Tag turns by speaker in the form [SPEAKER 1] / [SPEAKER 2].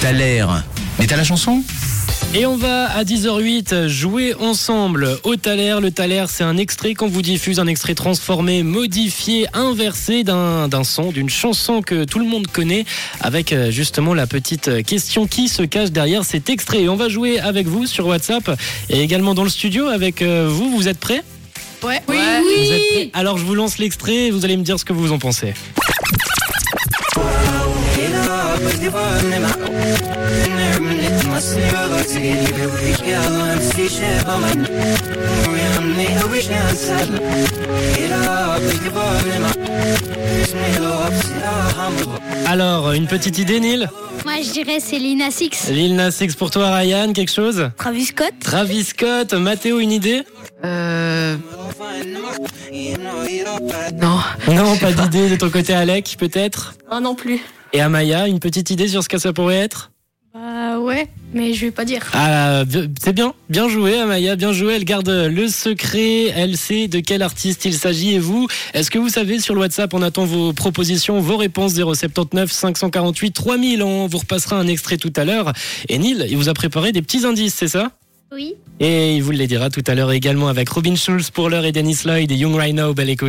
[SPEAKER 1] t'as l'air. Mais t'as la chanson
[SPEAKER 2] Et on va à 10h08 jouer ensemble au Thaler. Le Thaler, c'est un extrait qu'on vous diffuse, un extrait transformé, modifié, inversé d'un d'un son, d'une chanson que tout le monde connaît, avec euh, justement la petite question qui se cache derrière cet extrait. Et on va jouer avec vous sur WhatsApp et également dans le studio avec euh, vous. Vous êtes prêts
[SPEAKER 3] Ouais.
[SPEAKER 2] Vous êtes prêts Alors je vous lance l'extrait et vous allez me dire ce que vous en pensez. Alors, une petite idée, Neil
[SPEAKER 4] Moi, je dirais c'est Lina Six.
[SPEAKER 2] Lil Nas X pour toi, Ryan, quelque chose
[SPEAKER 3] Travis Scott.
[SPEAKER 2] Travis Scott, Mathéo, une idée
[SPEAKER 5] Euh. Non.
[SPEAKER 2] Non, pas d'idée de ton côté, Alec, peut-être
[SPEAKER 4] Oh non plus.
[SPEAKER 2] Et Amaya, une petite idée sur ce que ça pourrait être
[SPEAKER 4] Bah ouais, mais je vais pas dire.
[SPEAKER 2] Ah, b- c'est bien, bien joué Amaya, bien joué, elle garde le secret, elle sait de quel artiste il s'agit et vous, est-ce que vous savez sur le WhatsApp, on attend vos propositions, vos réponses 079 548 3000, on vous repassera un extrait tout à l'heure et Neil, il vous a préparé des petits indices, c'est ça
[SPEAKER 4] Oui.
[SPEAKER 2] Et il vous les dira tout à l'heure également avec Robin Schulz pour l'heure et Dennis Lloyd et Young Rhino, belle écoute.